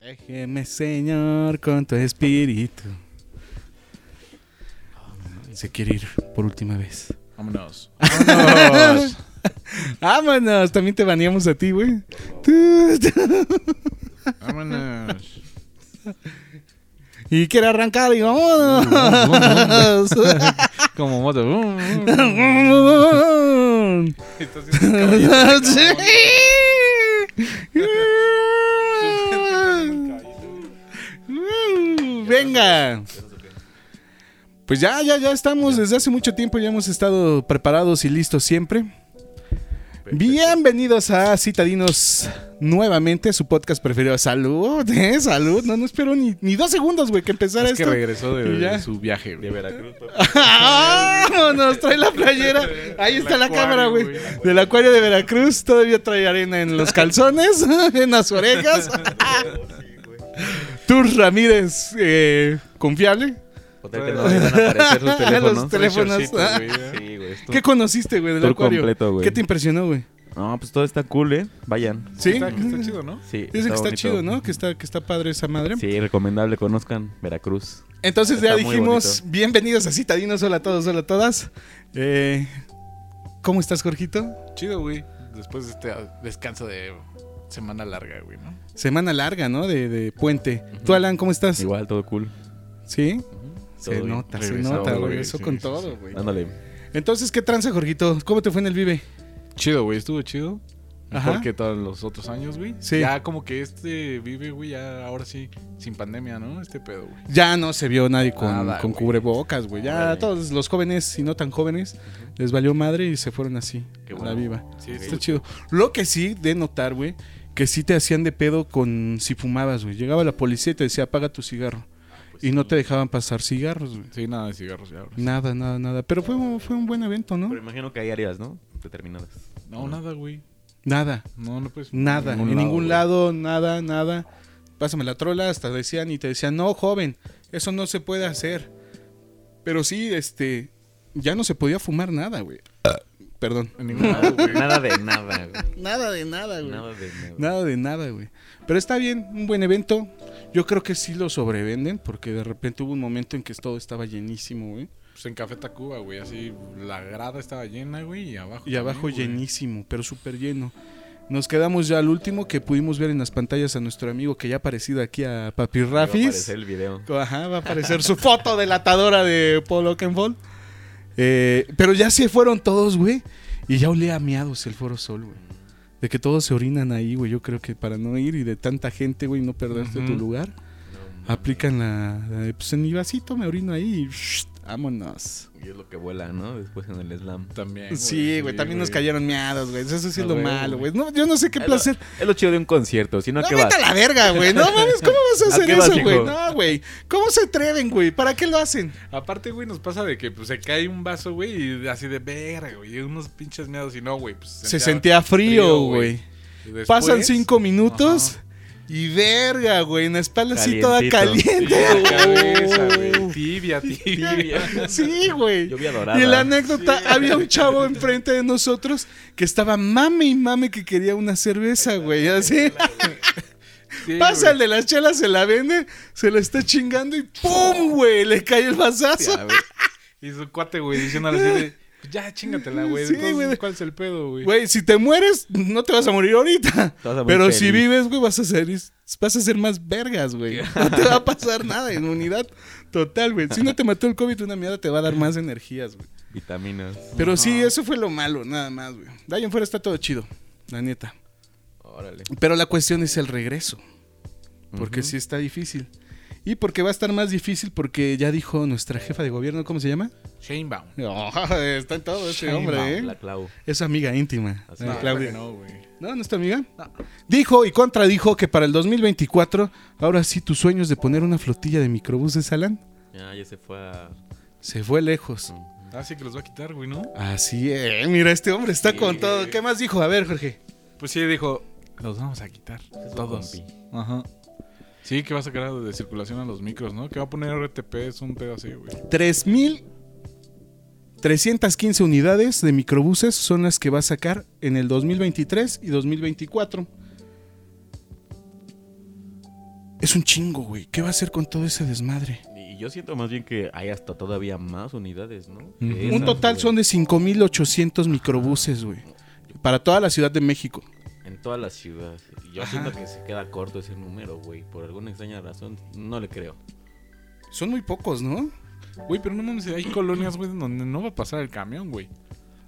Déjeme, Señor, con tu espíritu. Se quiere ir por última vez. Vámonos. ¡Vámonos! ¡Vámonos! También te baneamos a ti, güey. Vámonos. Y quiere arrancar y vámonos. Como moto. uh, Sí. Venga. Pues ya, ya, ya estamos. Desde hace mucho tiempo ya hemos estado preparados y listos siempre. Bienvenidos a Citadinos nuevamente, su podcast preferido. Salud, eh, salud. No, no espero ni, ni dos segundos, güey, que empezara Es que esto. regresó de, Y ya. de su viaje, güey. De Veracruz, papá. Nos trae la playera. Ahí está la acuario, cámara, güey. güey. Del acuario de Veracruz. Todavía trae arena en los calzones, en las orejas. Sí, güey. Tur Ramírez, eh, confiable. Otra que no le van a aparecer Los los teléfonos. teléfonos. Ah, shortcitos, güey. Sí, güey. esto- ¿Qué conociste, güey, del Tour acuario? completo, güey. ¿Qué te impresionó, güey? No, pues todo está cool, ¿eh? Vayan. ¿Sí? Está, está chido, ¿no? Sí. Dice que está bonito. chido, ¿no? Que está, que está padre esa madre. Sí, recomendable. Conozcan Veracruz. Entonces ya Está muy dijimos, bienvenidos a Citadinos, hola a todos, hola a todas. Eh, ¿Cómo estás, Jorgito? Chido, güey. Después de este descanso de semana larga, güey, ¿no? Semana larga, ¿no? De, de puente. ¿Tú, Alan, cómo estás? Igual, todo cool. ¿Sí? Todo Se bien. nota, se Regresado, nota, güey, güey. Eso sí, con sí, todo, sí. güey. Ándale. Entonces, ¿qué tranza, Jorgito? ¿Cómo te fue en el Vive? Chido, güey. Estuvo chido. Ajá. Mejor que todos los otros años, güey. Sí. Ya como que este vive, güey, ya ahora sí, sin pandemia, ¿no? Este pedo, güey. Ya no se vio nadie con, Nada, con güey. cubrebocas, güey. Ya Órale. todos los jóvenes y no tan jóvenes les valió madre y se fueron así. Qué a la bueno. viva. Sí, Está chido. Lo que sí de notar, güey, que sí te hacían de pedo con si fumabas, güey. Llegaba la policía y te decía, apaga tu cigarro. Ah, pues y no te dejaban pasar cigarros, güey. Sí, nada de cigarros ya ahora. Nada, nada, nada. Pero fue, un- fue un buen evento, ¿no? Pero imagino que hay áreas, ¿no? Determinadas. No, nada, güey. Nada. No, no puedes. Nada, en ningún güey. lado, nada, nada. Pásame la trola, hasta decían y te decían, no, joven, eso no se puede hacer. Pero sí, este, ya no se podía fumar nada, güey. Perdón. En ningún lado, güey. Nada de nada, Ah, güey. Nada de nada, güey. Nada, Nada de nada. de nada, güey. Pero está bien, un buen evento. Yo creo que sí lo sobrevenden, porque de repente hubo un momento en que todo estaba llenísimo, güey. Pues en Café Tacuba, güey. Así la grada estaba llena, güey, y abajo. Y abajo también, güey. llenísimo, pero súper lleno. Nos quedamos ya al último que pudimos ver en las pantallas a nuestro amigo que ya ha aparecido aquí a Papi Iba a Rafis. aparecer el video. Ajá, va a aparecer su foto delatadora de Paul Oakenfold. Eh, pero ya se fueron todos, güey. Y ya olía a miados el Foro Sol, güey. De que todos se orinan ahí, güey. Yo creo que para no ir y de tanta gente, güey, no perderte Ujú. tu lugar, aplican la, la de, Pues en mi vasito me orino ahí y shh, vámonos. Y es lo que vuela, ¿no? Después en el slam. También. Sí, Eh, güey, también nos cayeron miados, güey. Eso sí es A lo huevo, malo, güey. güey. No, yo no sé qué Es lo- placer. Es lo chido de un concierto, sino No, que vete vas. a la verga, güey. No mames, ¿cómo vas ¿A a hacer qué vas, eso, güey? hijo? No, güey. ¿Cómo se atreven, güey? ¿Para qué lo hacen? Aparte, güey, nos pasa de que pues, se cae un vaso, güey, y así de verga, güey. y Unos pinches miedos y no, güey. Pues, Se sentía frío, frío, güey. Y después- Pasan cinco minutos y verga, güey. En la espalda así toda Sí, caliente. la cabeza, Uh. güey. Tibia, tibia. Sí, güey. Yo vi adorada. Y la anécdota, había un chavo enfrente de nosotros que estaba mame y mame que quería una cerveza, güey. Así. Sí, Pasa güey. el de las chelas, se la vende, se la está chingando y ¡pum, güey! Le cae el vasazo. Ya, güey. Y su cuate, güey, diciéndole así de, "Pues, ya, chingatela, güey. Sí, Entonces, güey. ¿cuál es el pedo, güey? Güey, si te mueres, no te vas a morir ahorita. Te vas a morir Pero si feliz. vives, güey, vas a ser, vas a ser más vergas, güey. No te va a pasar nada, inmunidad total, güey. Si no te mató el COVID, una mierda te va a dar más energías, güey. Vitaminas. Pero sí, eso fue lo malo, nada más, güey. De ahí en fuera está todo chido, la neta. Órale. Pero la cuestión es el regreso. Porque sí está difícil. Y porque va a estar más difícil porque ya dijo nuestra jefa de gobierno, ¿cómo se llama? Shanebaum. Oh, está en todo ese hombre, ¿eh? La clavo. Es amiga íntima. Así la es. Claudia. No, güey. No, nuestra amiga. Dijo y contradijo que para el 2024, ahora sí tus sueños de poner una flotilla de microbuses, Alan, Ya, ya se fue a. se fue lejos. Así Ah, que los va a quitar, güey, ¿no? Así es, mira, este hombre está con todo. ¿Qué más dijo? A ver, Jorge. Pues sí, dijo, los vamos a quitar. un Todos. compi. Ajá. Sí, que va a sacar de circulación a los micros, ¿no? Que va a poner RTP, es un pedo así, güey. 3.315 unidades de microbuses son las que va a sacar en el 2023 y 2024. Es un chingo, güey. ¿Qué va a hacer con todo ese desmadre? Y yo siento más bien que hay hasta todavía más unidades, ¿no? De Ujú. esas, Un total güey. son de 5.800 microbuses, güey. Para toda la Ciudad de México. En toda la ciudad. Y Yo siento que se queda corto ese número, güey. Por alguna extraña razón, no le creo. Son muy pocos, ¿no? Güey, pero no mames, hay colonias, güey, donde no va a pasar el camión, güey.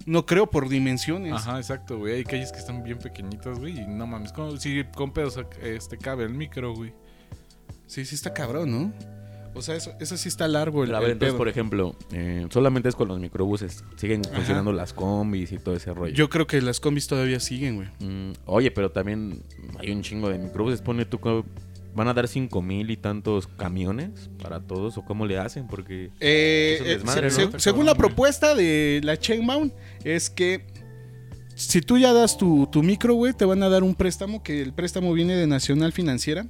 No creo por dimensiones. Ajá, exacto, güey. Hay calles que están bien pequeñitas, güey. Y no mames, como si con pedos este, cabe el micro, güey. Sí, sí está cabrón, ¿no? O sea, eso, eso sí está largo Pues, el, Pero a ver, el entonces, pedo. por ejemplo, eh, solamente es con los microbuses. Siguen funcionando las combis y todo ese rollo. Yo creo que las combis todavía siguen, güey. Mm, oye, pero también hay un chingo de microbuses. Pone tú, ¿cómo- ¿van a dar cinco mil y tantos camiones para todos? ¿O cómo le hacen? Porque Eh, Es un eh, desmadre, se- ¿no? se- según la propuesta de la Checkmount es que si tú ya das tu, tu micro, güey, te van a dar un préstamo, que el préstamo viene de Nacional Financiera.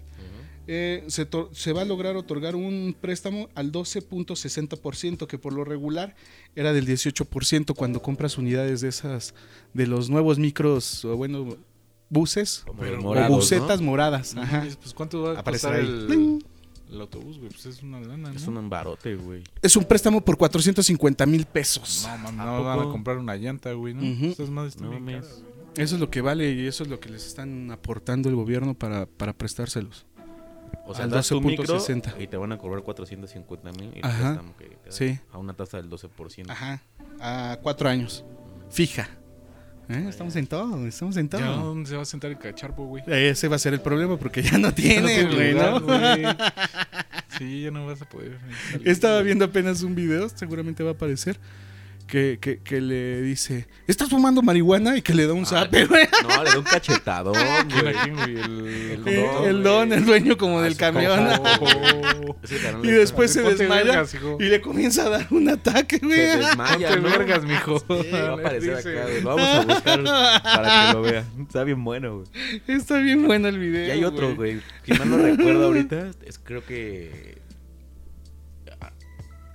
Eh, se, to- se va a lograr otorgar un préstamo al 12.60%, que por lo regular era del 18% cuando compras unidades de esas, de los nuevos micros, o bueno, buses como Pero- los o morados, o ¿no? busetas moradas. No Ajá. mames, pues cuánto va a Aparece costar ahí. el, Tling. el autobús, güey. Pues es una lana, ¿no? Es un embarote, güey. Es un préstamo por 450 mil pesos. No, mames, ¿A no van a poco? comprar una llanta, güey, ¿no? Ujú. Esas madres están No bien mames. caras, güey. Eso es lo que vale y eso es lo que les están aportando el gobierno para, para prestárselos. O sea, Al das tu micro 12.60. y te van a cobrar 450 mil. Ajá. Sí. A una tasa del 12%. Ajá, a cuatro años. Fija. ¿Eh? Estamos en todo, estamos en ¿Ya todo. dónde se va a sentar el cacharpo, güey? Ese va a ser el problema porque ya no Ya no tiene, güey, lugar, ¿no? güey. Sí, ya no vas a poder. güey. Estaba viendo apenas un video, seguramente va a aparecer, que, que, que le dice, ¿estás fumando marihuana? Y que le da un Ah, zape, güey. No, le da un cachetadón, ¿Quién güey. aquí, güey? El, Eh, don, El güey. don, el dueño como del Ah, su camión. Ojo. Ese cabrón Y le- después se Ponte desmaya vergas, hijo. y le comienza a dar un ataque, se güey. desmaya, Ponte ¿no? vergas, mijo. Sí, va a aparecer Dice. acá, güey. Lo vamos a buscar para que lo vea. Está bien bueno, güey. Está bien bueno el video. Y hay otro, güey. Que mal no recuerdo ahorita. Es creo que. Ah,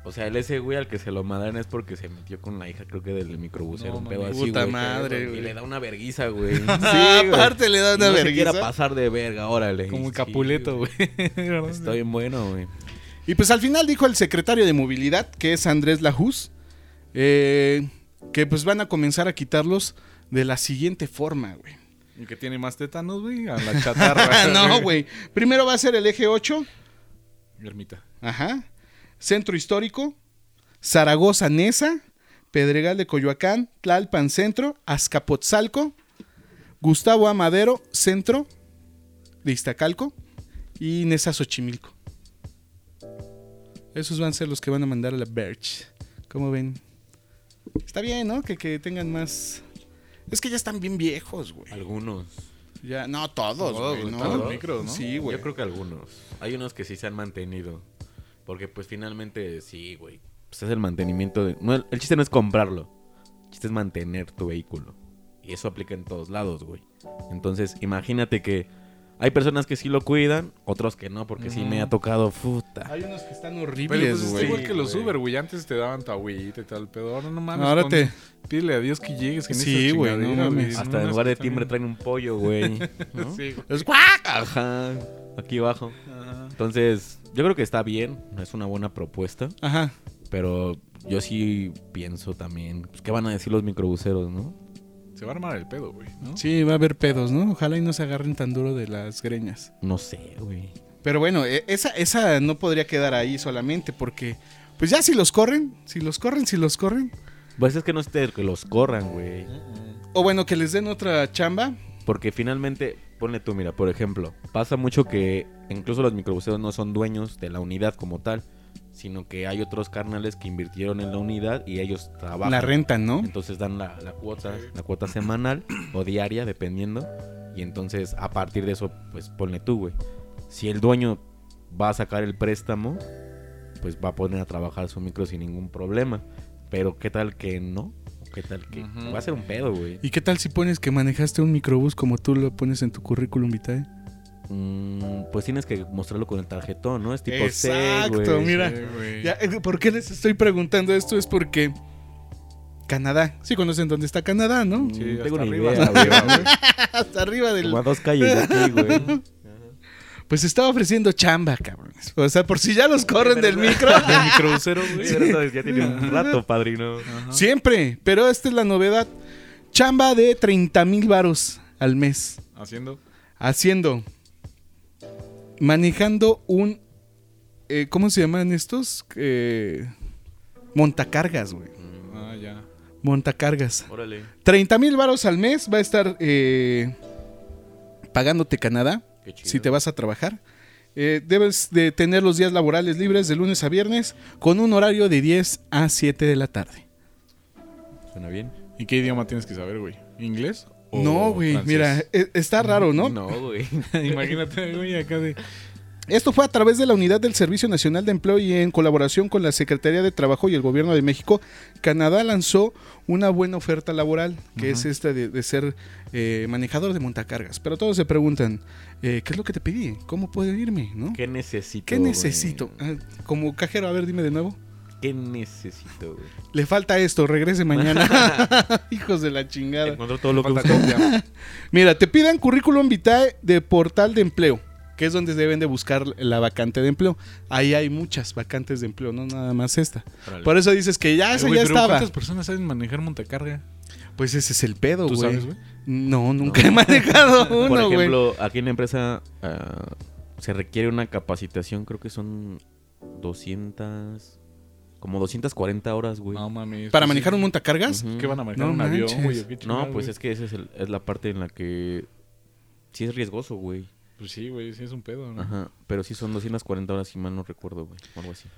O sea, el ese güey al que se lo mandan es porque se metió con la hija, creo que del microbusero. No, un pedo mami. así, Puta güey. madre, Y güey. le da una verguiza, güey. Sí, güey. Ah, Aparte le da Y una no se vergüenza. quiera pasar de verga, órale. Como Sí, el capuleto, güey. Está bien bueno, güey. Y pues al final dijo el secretario de movilidad, que es Andrés Lajus, eh, que pues van a comenzar a quitarlos de la siguiente forma, güey. Y que tiene más tétanos, güey, a la chatarra. no, güey. Primero va a ser el eje 8, Ermita. ajá, Centro Histórico, Zaragoza Nesa, Pedregal de Coyoacán, Tlalpan Centro, Azcapotzalco, Gustavo Amadero Centro de Iztacalco y Nesa Xochimilco. Esos van a ser los que van a mandar a la Birch. ¿Cómo ven? Está bien, ¿no? Que, que tengan más... Es que ya están bien viejos, güey. Algunos. Ya, no, todos, Todos, güey. güey, ¿no? todos los micros, ¿no? Sí, güey. Yo creo que algunos. Hay unos que sí se han mantenido. Porque pues finalmente sí, güey. Pues es el mantenimiento de... no, el, el chiste no es comprarlo. El chiste es mantener tu vehículo. Y eso aplica en todos lados, güey. Entonces imagínate que hay personas que sí lo cuidan, otros que no, porque sí me ha tocado puta. Hay unos que están Pero pues horribles, es güey. igual que los güey. Uber, güey. Antes te daban tu agüita y tal, pero ahora no mames. Ahora pon- te- Pídele a Dios que llegues. Que en Sí, esas güey, no chingaderas, mames. güey, Hasta en unas lugar que de están timbre bien- traen un pollo, güey. ¿no? Sí, güey. Es guac. Ajá. Aquí abajo. Ajá. Entonces, yo creo que está bien. Es una buena propuesta. Ajá. Pero yo sí pienso también, pues, ¿qué van a decir los microbuseros, no? Se va a armar el pedo, güey, ¿no? Sí, va a haber pedos, ¿no? Ojalá y no se agarren tan duro de las greñas. No sé, güey. Pero bueno, e- esa, esa no podría quedar ahí solamente porque, pues ya si los corren, si los corren, si los corren. Pues es que no esté que los corran, güey. O bueno, que les den otra chamba. Porque finalmente, ponle tú, mira, por ejemplo, pasa mucho que incluso los microbuseros no son dueños de la unidad como tal, sino que hay otros carnales que invirtieron en la unidad y ellos trabajan. La rentan, ¿no? Entonces dan la, la cuota, la cuota semanal o diaria, dependiendo. Y entonces a partir de eso, pues ponle tú, güey. Si el dueño va a sacar el préstamo, pues va a poner a trabajar su micro sin ningún problema. Pero qué tal que no, qué tal que Ujú. va a ser un pedo, güey. ¿Y qué tal si pones que manejaste un microbús como tú lo pones en tu currículum vitae? Mm, pues tienes que mostrarlo con el tarjetón, ¿no? Es tipo Exacto, C, güey. mira. Sí, güey. Ya, eh, ¿Por qué les estoy preguntando esto? Es porque Canadá. Sí conocen dónde está Canadá, ¿no? Mm, Sí, hasta tengo una arriba, idea, hasta güey. arriba, güey. Hasta arriba del... Como a dos calles de aquí, güey. Pues estaba ofreciendo chamba, cabrones. O sea, por si ya los corren del micro. De mi crucero, güey. Sí, pero sabes, ya tiene un rato, padrino. Siempre. Pero esta es la novedad. Chamba de 30 mil varos al mes. Haciendo. haciendo, manejando un, eh, ¿cómo se llaman estos? Eh, montacargas, güey. Ah, ya. Montacargas. Órale. 30 mil varos al mes va a estar eh, pagándote Canadá Qué chido. si te vas a trabajar. Eh, debes de tener los días laborales libres de lunes a viernes con un horario de 10 a 7 de la tarde. ¿Suena bien? ¿Y qué idioma tienes que saber, güey? ¿Inglés? o no, güey, francés? mira, eh, está raro, ¿no? No, Oh, güey. Imagínate, güey, acá de. Esto fue a través de la Unidad del Servicio Nacional de Empleo y en colaboración con la Secretaría de Trabajo y el Gobierno de México, Canadá lanzó una buena oferta laboral, que es esta de, de ser eh, manejador de montacargas. Pero todos se preguntan, eh, ¿qué es lo que te pedí? ¿Cómo puedo irme? ¿No? ¿Qué, ¿Qué necesito? necesito? güey? Ah, Como cajero, a ver, dime de nuevo. ¿Qué necesito, güey? Le falta esto, regrese mañana. Hijos de la chingada. Encontró todo lo que Falta busco. copia. Mira, te piden currículum vitae de portal de empleo, que es donde deben de buscar la vacante de empleo. Ahí hay muchas vacantes de empleo, no nada más esta. Órale. Por eso dices que ya, Ay, esa güey, Ah, ya pero estaba. ¿Cuántas personas saben manejar montacarga? Pues ese es el pedo, ¿Tú güey. sabes, güey? No, nunca he manejado Por uno, güey. ejemplo, aquí en la empresa ah, se requiere una capacitación, creo que son 200, como 240 horas, güey. No mames. ¿Para pues, manejar un montacargas? Ujú. ¿Qué van a manejar? No ¿Un manches. avión, güey? o qué No, chingados, pues güey? es que esa es, el- es la parte en la que sí es riesgoso, güey. Pues sí, güey, sí es un pedo, ¿no? Ajá, pero sí son 240 horas, si mal no recuerdo, güey. o Algo así.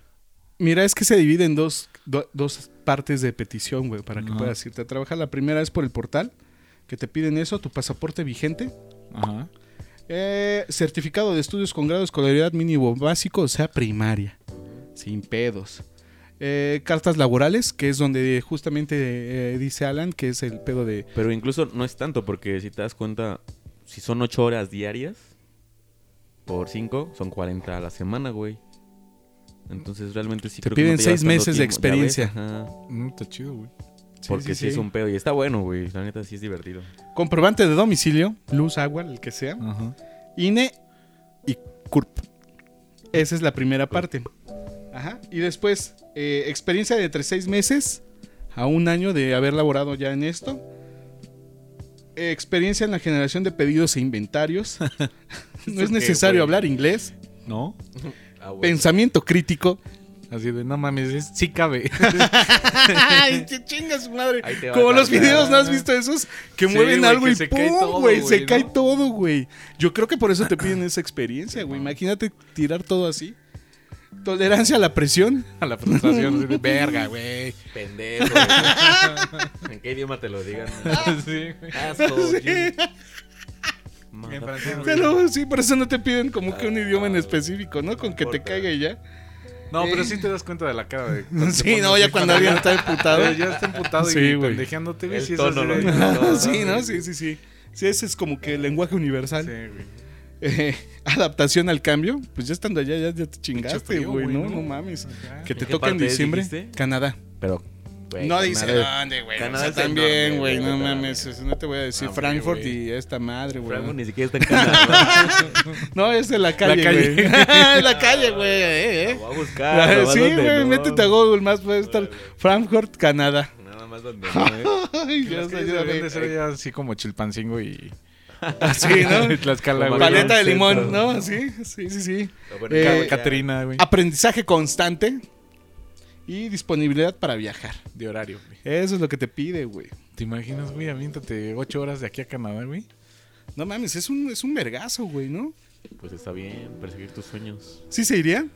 Mira, es que se divide en dos, do- dos partes de petición, güey, para que Ajá. puedas irte a trabajar. La primera es por el portal, que te piden eso, tu pasaporte vigente. Ajá. Eh, certificado de estudios con grado de escolaridad mínimo básico, o sea, primaria. Sin pedos. Eh, cartas laborales, que es donde justamente eh, dice Alan, que es el pedo de... Pero incluso no es tanto, porque si te das cuenta, si son 8 horas diarias, por 5, son 40 a la semana, güey. Entonces realmente sí Te creo que no piden llevas seis tanto meses de tiempo, ya ves, experiencia. ajá. No, Mm, está chido, güey. Porque sí, es un pedo. Y está bueno, güey. La neta sí es divertido. Comprobante de domicilio, luz, agua, el que sea. Ajá. INE y CURP. Esa es la primera parte. Ajá. Y después, eh, experiencia de entre seis meses a un año de haber laborado ya en esto. Eh, Experiencia en la generación de pedidos e inventarios. no ¿Eso es qué, necesario güey? hablar inglés. ¿No? Ah, Pensamiento crítico. Así de, no mames, es- sí cabe. ¡Ay, qué chingas, madre! Ahí te va Como la los verdad. videos, ¿no has visto esos? Que Sí, mueven güey, algo que y se ¡pum! cae todo, güey, se güey, cae ¿no? todo, güey. Yo creo que por eso te piden esa experiencia, güey. Imagínate tirar todo así. Tolerancia a la presión. A la frustración, así de, verga, güey. Pendejo, güey. ¿En qué idioma te lo digan? Ah. sí, güey. Asco. Sí. En francés, güey. Pero sí, por eso no te piden como que un Ah, idioma en güey. específico, ¿no? Con que te Importa. caiga y ya. No, pero sí te das cuenta de la cara de. Sí, no, ya cuando alguien está Pero emputado. ya está emputado Sí, y güey. pendejeándote, güey. El sí es tono así lo de- dice todo, Sí, ¿no? Sí, sí, sí. Sí, ese es como que el lenguaje universal. Sí, güey. Eh, adaptación al cambio. Pues ya estando allá, ya, ya te Pinche chingaste, frío, güey. güey, No, ¿no? no mames. Ajá. Que te ¿En qué toca en parte diciembre. dijiste? Canadá. Pero, güey. no con dice madre. dónde, güey. O Canadá sea, es enorme, también, güey. güey, No neta, mames, eso no te voy a decir Ah, güey, Frankfurt güey. y esta madre, güey. Franco ni siquiera está en Canadá. No, es de la calle, calle. güey. Es la calle, güey. eh, Lo eh. voy a buscar. lo voy a sí, donde güey, Ah, no. métete a Google Maps, puede estar Frankfurt, Canadá. Nada más donde no, eh. Ay, Las Dios, calles deberían de ser ayúdame. ya así como Chilpancingo y. Así, eh, ¿no? Tlaxcala, güey. Paleta de limón, Centro. ¿no? Así, sí, sí, sí. Pero bueno, Eh, ya- Ca- Caterina, güey. Aprendizaje constante y disponibilidad para viajar. De horario, güey. Eso es lo que te pide, güey. ¿Te imaginas, güey? Aviéntate ocho horas de aquí a Canadá, güey. No mames, es un, es un vergazo, güey, ¿no? Pues está bien, perseguir tus sueños. ¿Sí se iría?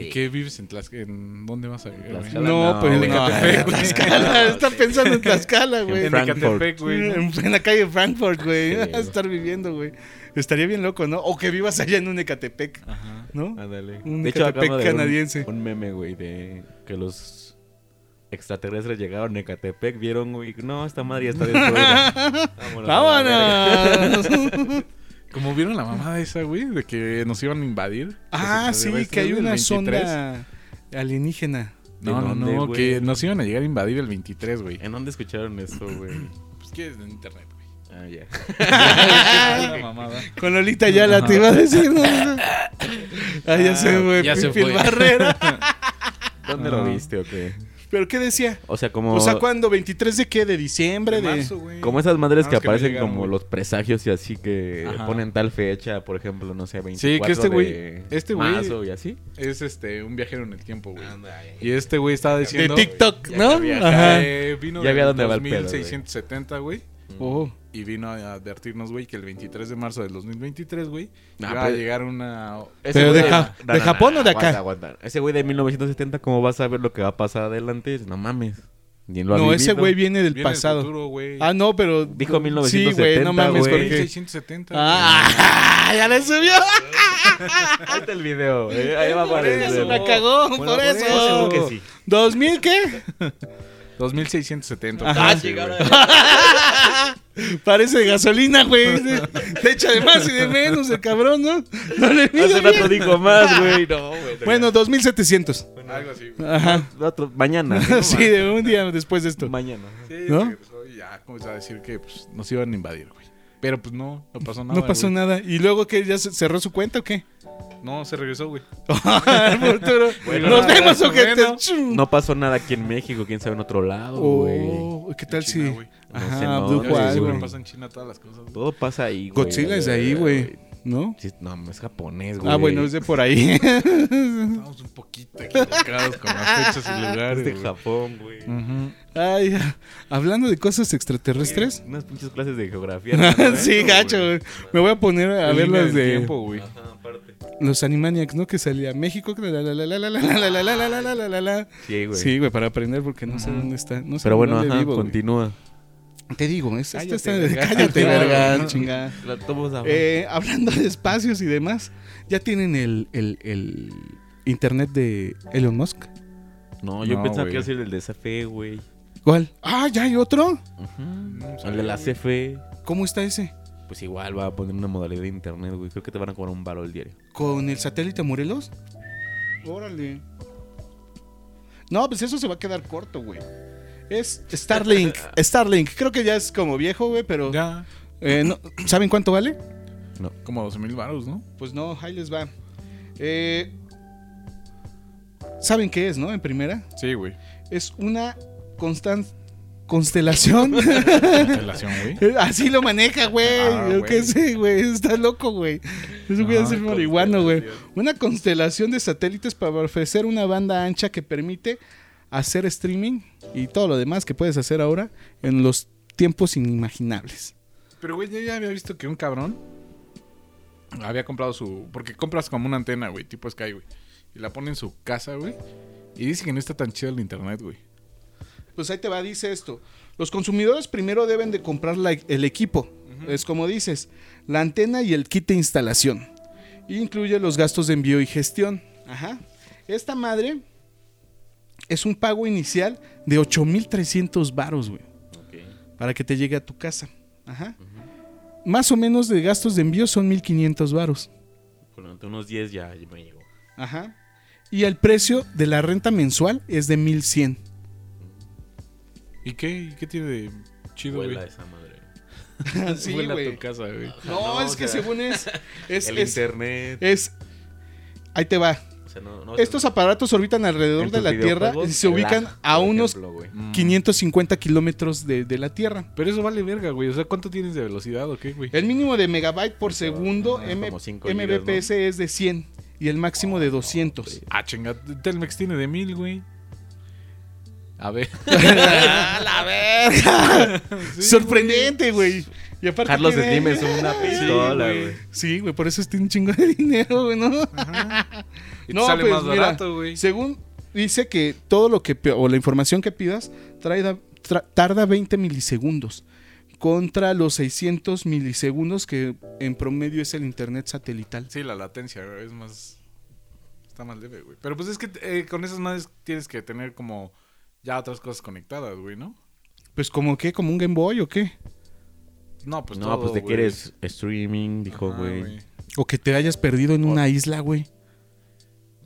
¿Y qué vives en Tlaxcala? ¿En dónde vas a vivir, güey? Tlaxcala. No, no, pues en güey. Ecatepec, No, güey. Tlaxcala, no, está sí. pensando en Tlaxcala, güey. En En, Fra- En Ecatepec, güey. ¿no? en la calle de Frankfurt, güey. Sí, a güey. estar viviendo, güey. Estaría bien loco, ¿no? O que vivas allá en un Ecatepec, Ajá. ¿no? Ándale. Un De hecho, Ecatepec acabo de ver un- canadiense. Un, meme, güey, de que los extraterrestres llegaron a Ecatepec, vieron, güey, no, esta madre ya está destruida. Vámonos. a la verga. ¡Vámonos! Como vieron la mamada esa, güey, de que nos iban a invadir. pues, ah, Los sí, extraterrestres que hay del una 23. sonda alienígena. ¿De No, no, dónde, no, güey? Eh, que nos iban a llegar a invadir el 23, güey. ¿En dónde escucharon eso, güey? Pues que es en internet, güey. Ah, ya. La mamada. Con Lolita ya la te iba a decir. ¿no? Ah, ya se fue. ya se Pipil fue. Barrera. ¿Dónde lo viste o qué? ¿Pero qué decía? O sea, como. O Pues, sea, ¿cuándo? ¿23 de qué? ¿De diciembre? De Marzo, güey. Como esas madres Ah, que es me aparecen llegaron, como güey. los presagios y así que Ajá. ponen tal fecha, por ejemplo, no sé, 24 Sí, que este güey- de este güey- marzo y así. Es este, un viajero en el tiempo, güey. Anda, ya, ya. Y este güey estaba eh. de diciendo... TikTok, Ya ¿no? sabía, Ajá. eh, vino Ya ya había había dónde va el pedo, güey. 2670, güey. Oh. Y vino a advertirnos, güey, que el 23 de marzo del 2023, güey, Ah, iba a pero- llegar una... Ese Pero güey de Ja- no, ¿de no, Japón no, o de aguanta, acá? aguanta. Ese güey de 1970, ¿cómo va a saber lo que va a pasar adelante? Dices, No mames. Ni lo ha No, ese vivido. güey viene del Viene el pasado. futuro, güey. ah, no, pero. Dijo Sí, güey, no 1970, mames, güey. porque. 2670. Ah, ya le subió. Ahí está el video. eh, Ahí va a Por eso aparecer. la cagó, Bueno, por eso. seguro que sí. ¿2000 qué? güey. 2670. Ajá. Ah, Sí, llegaron. güey. Parece de gasolina, güey. Te echa de más y de menos el cabrón, ¿no? No le mide Hace rato bien. dijo más, güey. No, güey. Bueno, 2700. Algo así, güey. Ajá. Otro- mañana. Sí, de un día después de esto. Mañana. Sí, ¿No? regresó y ya comenzó a decir que pues, nos iban a invadir, güey. Pero pues no, no pasó nada. No pasó güey. nada. ¿Y luego que ya se- cerró su cuenta o qué? No, se regresó, güey. Arturo, Bueno, Nos nada, vemos o qué. bueno. No pasó nada aquí en México, quién sabe en otro lado, güey. Oh, ¿Qué tal En China, si? güey. No sé, Ajá, no, abdujo no sé, Ya ves que algo. siempre pasa en China todas las cosas. güey. Todo pasa ahí, güey. Godzilla es de ahí, güey. ¿No? Sí, no, es japonés, güey. Ah, bueno, es de por ahí. Estamos un poquito equivocados con las fechas y lugares. Es de güey. Japón, güey. Ujú. Ay, hablando de cosas extraterrestres. Unas pinches clases de geografía. ¿no? sí, Eso, gacho. güey. güey. Me voy a poner a En ver línea las del de tiempo, güey. Ajá, aparte. los Animaniacs, ¿no? Que salía México. que la, la, la, la, la, la, la, la, la, la, la, la, la, la, la. Sí, güey. Sí, güey, para aprender porque no sé dónde está. No sé Pero bueno, dónde ajá, vivo, güey. continúa. Te digo, es, esto Cállate, está- verga. cállate, No, verga, no. chingada. La tomas a Eh, hablando de espacios y demás, ¿ya tienen el, el- el internet de Elon Musk? No, yo no, pensaba güey. que iba a ser el de esa fe, güey. ¿Cuál? Ah, ¿ya hay otro? Mm, Ujú. No, El de la CFE. ¿Cómo está ese? Pues igual va a poner una modalidad de internet, güey. Creo que te van a cobrar un valor al diario. ¿Con el satélite Morelos? Órale. No, pues eso se va a quedar corto, güey. Es Starlink. Starlink, creo que ya es como viejo, güey, pero... Ya, eh, no- ¿Saben cuánto vale? como 12 mil baros, ¿no? Pues no, ahí les va. Eh, ¿Saben qué es, no? En primera. Sí, güey. es una constan- constelación. Cancelación, güey. Así lo maneja, güey. Ah, Yo güey. qué sé, güey. Está loco, güey. Eso voy a Ah, ser marihuano, güey. Una constelación de satélites para ofrecer una banda ancha que permite hacer streaming y todo lo demás que puedes hacer ahora en los tiempos inimaginables. Pero, güey, yo ya había visto que un cabrón había comprado su. Porque compras como una antena, güey, tipo Sky, güey. Y la pone en su casa, güey. Y dice que no está tan chido el internet, güey. Pues ahí te va, dice esto. Los consumidores primero deben de comprar la- el equipo. Es como dices, la antena y el kit de instalación. Incluye los gastos de envío y gestión. Ajá. Esta madre es un pago inicial de 8.300 varos, güey. Para que te llegue a tu casa. Ajá. Más o menos de gastos de envío son 1.500 varos. Bueno, entre unos 10 ya me llegó. Ajá. Y el precio de la renta mensual es de 1.100. ¿Y qué? ¿Y qué tiene de chido, güey? Vuela esa madre. Sí, Vuela güey. tu casa, güey. No, No, es o que sea, según es. Es, el es- internet. es- Ahí te va. o sea, no, no- Estos aparatos orbitan alrededor en de tus la Tierra y videojuegos, se el ubican Aja, a por unos ejemplo, güey. 550 kilómetros de, de la Tierra. Pero eso vale verga, güey. O sea, ¿cuánto tienes de velocidad o qué, güey? El mínimo de megabyte por segundo Ah, es M- como cinco gigas, Oh, MBPS es de 100 y el máximo de 200. Ah, chinga. Telmex tiene de mil, güey. A ver. la verga! Sorprendente, güey. Y aparte Carlos tiene- Slim es una pistola, güey. güey. Sí, güey, por eso tiene un chingo de dinero, güey, ¿no? Y te No, sale pues, más mira, barato, güey. Según dice que todo lo que pi- o la información que pidas trae da- tra- tarda 20 milisegundos contra los 600 milisegundos que en promedio es el internet satelital. Sí, la latencia, güey, es más. Está más leve, güey. Pero pues es que eh, con esas madres tienes que tener como ya otras cosas conectadas, güey, ¿no? Pues como qué, como un Game Boy o qué? No, pues no, todo, pues de que güey. eres streaming, dijo, Ajá, güey. O que te hayas perdido en una isla, güey.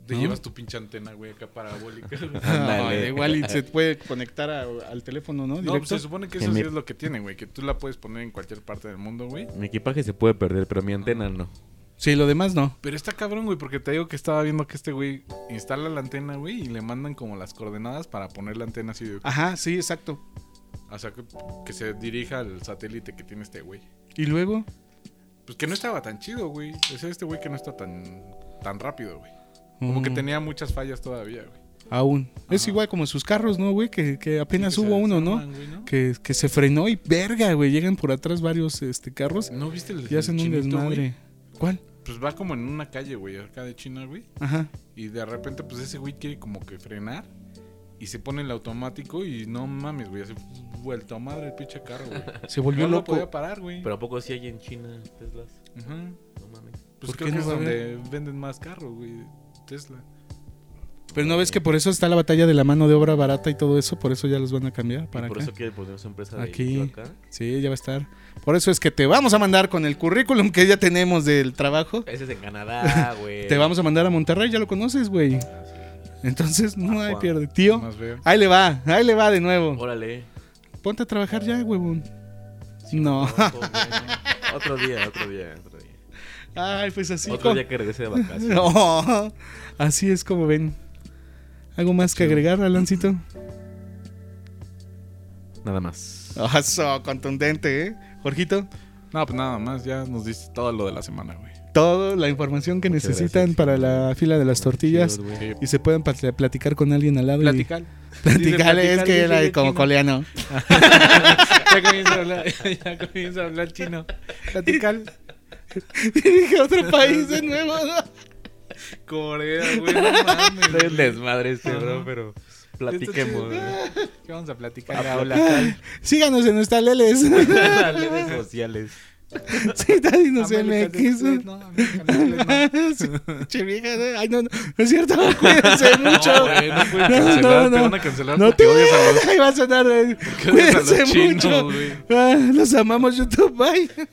De Te ¿No? llevas tu pinche antena, güey, acá parabólica. güey. Ándale. No, Ah, igual y se puede conectar a- al teléfono, ¿no? No, Directo. pues se supone que eso En sí mi- es lo que tiene, güey. Que tú la puedes poner en cualquier parte del mundo, güey. Mi equipaje se puede perder, pero mi antena no. Sí, lo demás no. Pero está cabrón, güey, porque te digo que estaba viendo que este güey instala la antena, güey, y le mandan como las coordenadas para poner la antena así de... Ajá, sí, exacto. O sea, que, que se dirija al satélite que tiene este güey. Y luego, Pues que no estaba tan chido, güey. O sea, este güey que no está tan, tan rápido, güey. Como que Mm. tenía muchas fallas todavía, güey. aún. Es Ajá. igual como sus carros, ¿no, güey? Que, que apenas Que se hubo uno, ¿no? desarman, güey, ¿no? Que, que se frenó y verga, güey. Llegan por atrás varios este, carros ¿No viste el y hacen el un chinito, güey? desmadre. ¿Cuál? Pues va como en una calle, güey, acá de China, güey. Ajá. Y de repente, pues ese güey quiere como que frenar. Y se pone el automático y no mames, güey. Hace vuelto a madre el pinche carro, güey. Se volvió no lo loco. podía parar, güey. Pero ¿a poco sí hay en China Teslas? Ujú. No mames. Pues ¿Por creo qué que no es va a donde venden más carros, güey. Tesla. Pero no ves que por eso está la batalla de la mano de obra barata y todo eso, por eso ya los van a cambiar para ¿Y por acá. eso quiere poner su empresa de Aquí. acá? Sí, ya va a estar. Por eso es que te vamos a mandar con el currículum que ya tenemos del trabajo. Ese es en Canadá, güey. Te vamos a mandar a Monterrey, ya lo conoces, güey. Entonces no Ah, hay Juan. pierde, tío. Más veo. Ahí le va, ahí le va de nuevo. Órale. Ponte a trabajar ya, huevón. Sí, No. loco, güey. otro día, otro día, otro día. Ay, pues así. otro como- día que regrese de vacaciones. No, así es como ven. ¿Algo más que agregar, Alancito? Nada más. Eso, Ah, contundente, ¿eh? Jorgito, No, pues nada más, ya nos diste todo lo de la semana, güey. toda la información que Muchas necesitan gracias. para la fila de las tortillas Chido, güey. y se puedan pla- platicar con alguien al lado. y- Platicar. Platicar Dice es que platicar, era dice como chino. coleano. Ya comienza a hablar, ya comienza a hablar chino. Platicar. Y dije, otro país de nuevo. Corea, güey. No mames. Soy un desmadre este, Ajá. bro, pero platiquemos. güey. ¿Qué vamos a platicar ahora? Habla Síganos en nuestras leles. las redes sociales. Ciudad América del MX. Sur, No, América del Sur, no. Sí, che vieja, ¿no? Ay, no, no, no es cierto, cuídense mucho. No, güey, no pueden cancelar, te van a cancelar porque te- odias a los- Ahí va a sonar. eh, odias a los Cuídense chinos, mucho. güey. Ah, los amamos, YouTube. Bye.